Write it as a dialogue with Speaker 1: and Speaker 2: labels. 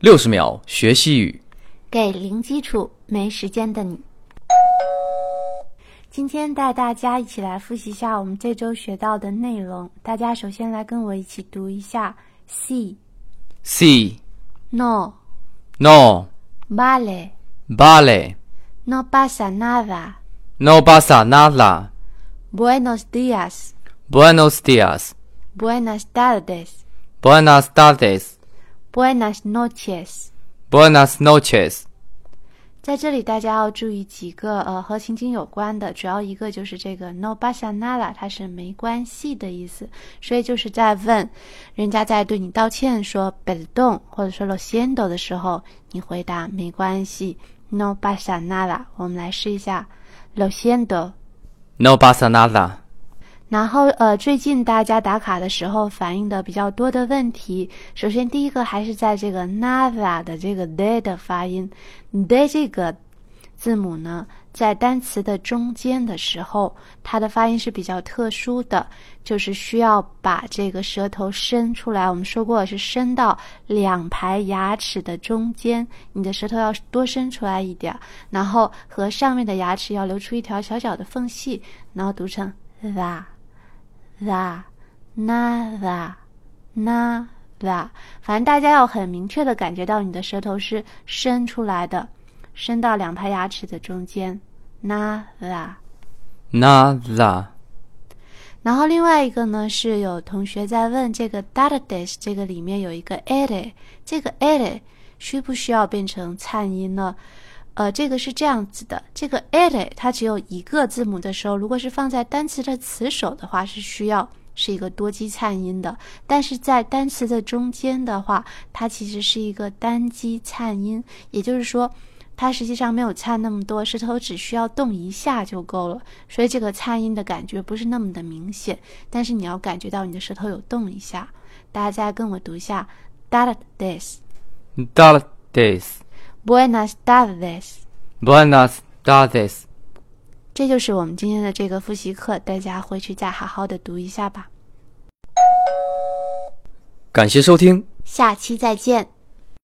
Speaker 1: 六十秒学西语。
Speaker 2: 给零基础、没时间的你。今天带大家一起来复习一下我们这周学到的内容。大家首先来跟我一起读一下：si,
Speaker 1: C
Speaker 2: no,
Speaker 1: no
Speaker 2: vale,
Speaker 1: vale
Speaker 2: no pasa nada,
Speaker 1: no pasa nada.
Speaker 2: buenos días,
Speaker 1: Buenos dias.
Speaker 2: buenas tardes,
Speaker 1: Buenas tardes.
Speaker 2: buenas noches。
Speaker 1: Buenas noches.
Speaker 2: 在这里，大家要注意几个呃和情景有关的，主要一个就是这个 no pasa nada，它是没关系的意思，所以就是在问人家在对你道歉说 perdón 或者说 lo siento 的时候，你回答没关系 no pasa nada。我们来试一下 lo siento。
Speaker 1: No pasa nada.
Speaker 2: 然后呃，最近大家打卡的时候反映的比较多的问题，首先第一个还是在这个 nada 的这个 de 的发音，de 这个字母呢，在单词的中间的时候，它的发音是比较特殊的，就是需要把这个舌头伸出来。我们说过是伸到两排牙齿的中间，你的舌头要多伸出来一点儿，然后和上面的牙齿要留出一条小小的缝隙，然后读成 la la nada nada，反正大家要很明确的感觉到你的舌头是伸出来的。伸到两排牙齿的中间，nada。
Speaker 1: Nada.
Speaker 2: 然后另外一个呢，是有同学在问这个 database 这个里面有一个 ere，这个 ere 需不需要变成颤音呢？呃，这个是这样子的，这个 ere 它只有一个字母的时候，如果是放在单词的词首的话，是需要是一个多基颤音的；但是在单词的中间的话，它其实是一个单基颤音，也就是说。它实际上没有颤那么多，舌头只需要动一下就够了，所以这个颤音的感觉不是那么的明显，但是你要感觉到你的舌头有动一下。大家再跟我读一下，da des
Speaker 1: Tardes.
Speaker 2: buenas tardes，
Speaker 1: Buenas tardes.
Speaker 2: 这就是我们今天的这个复习课，大家回去再好好的读一下吧，
Speaker 1: 感谢收听。
Speaker 2: 下期再见。